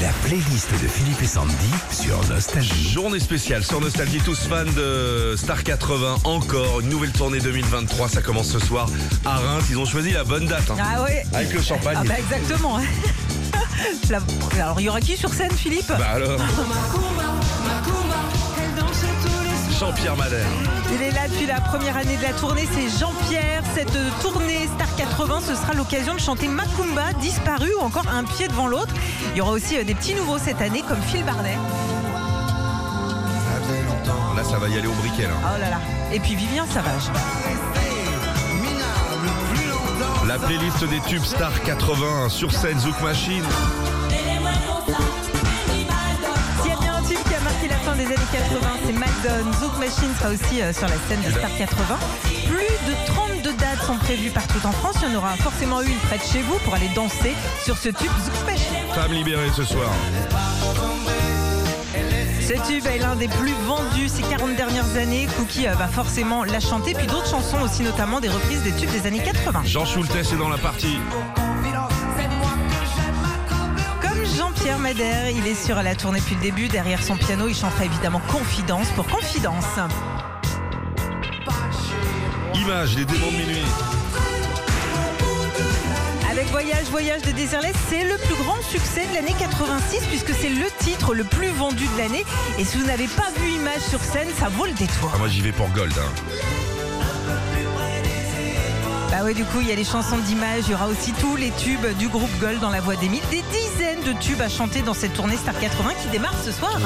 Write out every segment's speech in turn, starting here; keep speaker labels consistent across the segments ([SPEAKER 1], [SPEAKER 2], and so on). [SPEAKER 1] La playlist de Philippe et Sandy sur Nostalgie.
[SPEAKER 2] Journée spéciale sur Nostalgie, tous fans de Star 80 encore. Une nouvelle tournée 2023, ça commence ce soir à Reims. Ils ont choisi la bonne date. hein.
[SPEAKER 3] Ah oui.
[SPEAKER 2] Avec le champagne.
[SPEAKER 3] Ah bah exactement. hein. La- Alors il y aura qui sur scène, Philippe
[SPEAKER 2] Bah alors,
[SPEAKER 4] Jean-Pierre.
[SPEAKER 2] Jean-Pierre Madère.
[SPEAKER 3] Il est là depuis la première année de la tournée, c'est Jean-Pierre. Cette euh, tournée Star 80, ce sera l'occasion de chanter Macumba, Disparu ou encore Un pied devant l'autre. Il y aura aussi euh, des petits nouveaux cette année comme Phil Barnet.
[SPEAKER 2] Là, ça va y aller au briquet. là.
[SPEAKER 3] Oh là là. Et puis Vivien Savage.
[SPEAKER 2] La playlist des tubes Star 80 sur scène Zouk Machine.
[SPEAKER 3] S'il y a bien un tube qui a marqué la fin des années 80, c'est Maldon. Zouk Machine sera aussi euh, sur la scène de Star 80. Plus de 32 dates sont prévues partout en France. Il y en aura forcément une près de chez vous pour aller danser sur ce tube Zouk Machine.
[SPEAKER 2] Femme libérée ce soir.
[SPEAKER 3] Ce tube est l'un des plus vendus ces 40 dernières années. Cookie euh, va forcément la chanter, puis d'autres chansons aussi, notamment des reprises des tubes des années 80.
[SPEAKER 2] Jean Schultes est dans la partie.
[SPEAKER 3] Comme Jean-Pierre Madère, il est sur la tournée depuis le début. Derrière son piano, il chantera évidemment Confidence pour Confidence.
[SPEAKER 2] Image, les démons de minuit.
[SPEAKER 3] Avec Voyage, Voyage de Désirless, c'est le plus grand succès de l'année 86 puisque c'est le titre le plus vendu de l'année. Et si vous n'avez pas vu Image sur scène, ça vaut le détour.
[SPEAKER 2] Ah, moi, j'y vais pour Gold. hein.
[SPEAKER 3] Bah ouais, du coup, il y a les chansons d'image, il y aura aussi tous les tubes du groupe Gold dans la voix des mille, des dizaines de tubes à chanter dans cette tournée Star 80 qui démarre ce soir.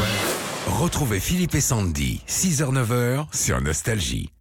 [SPEAKER 1] Retrouvez Philippe et Sandy, 6h-9h sur Nostalgie.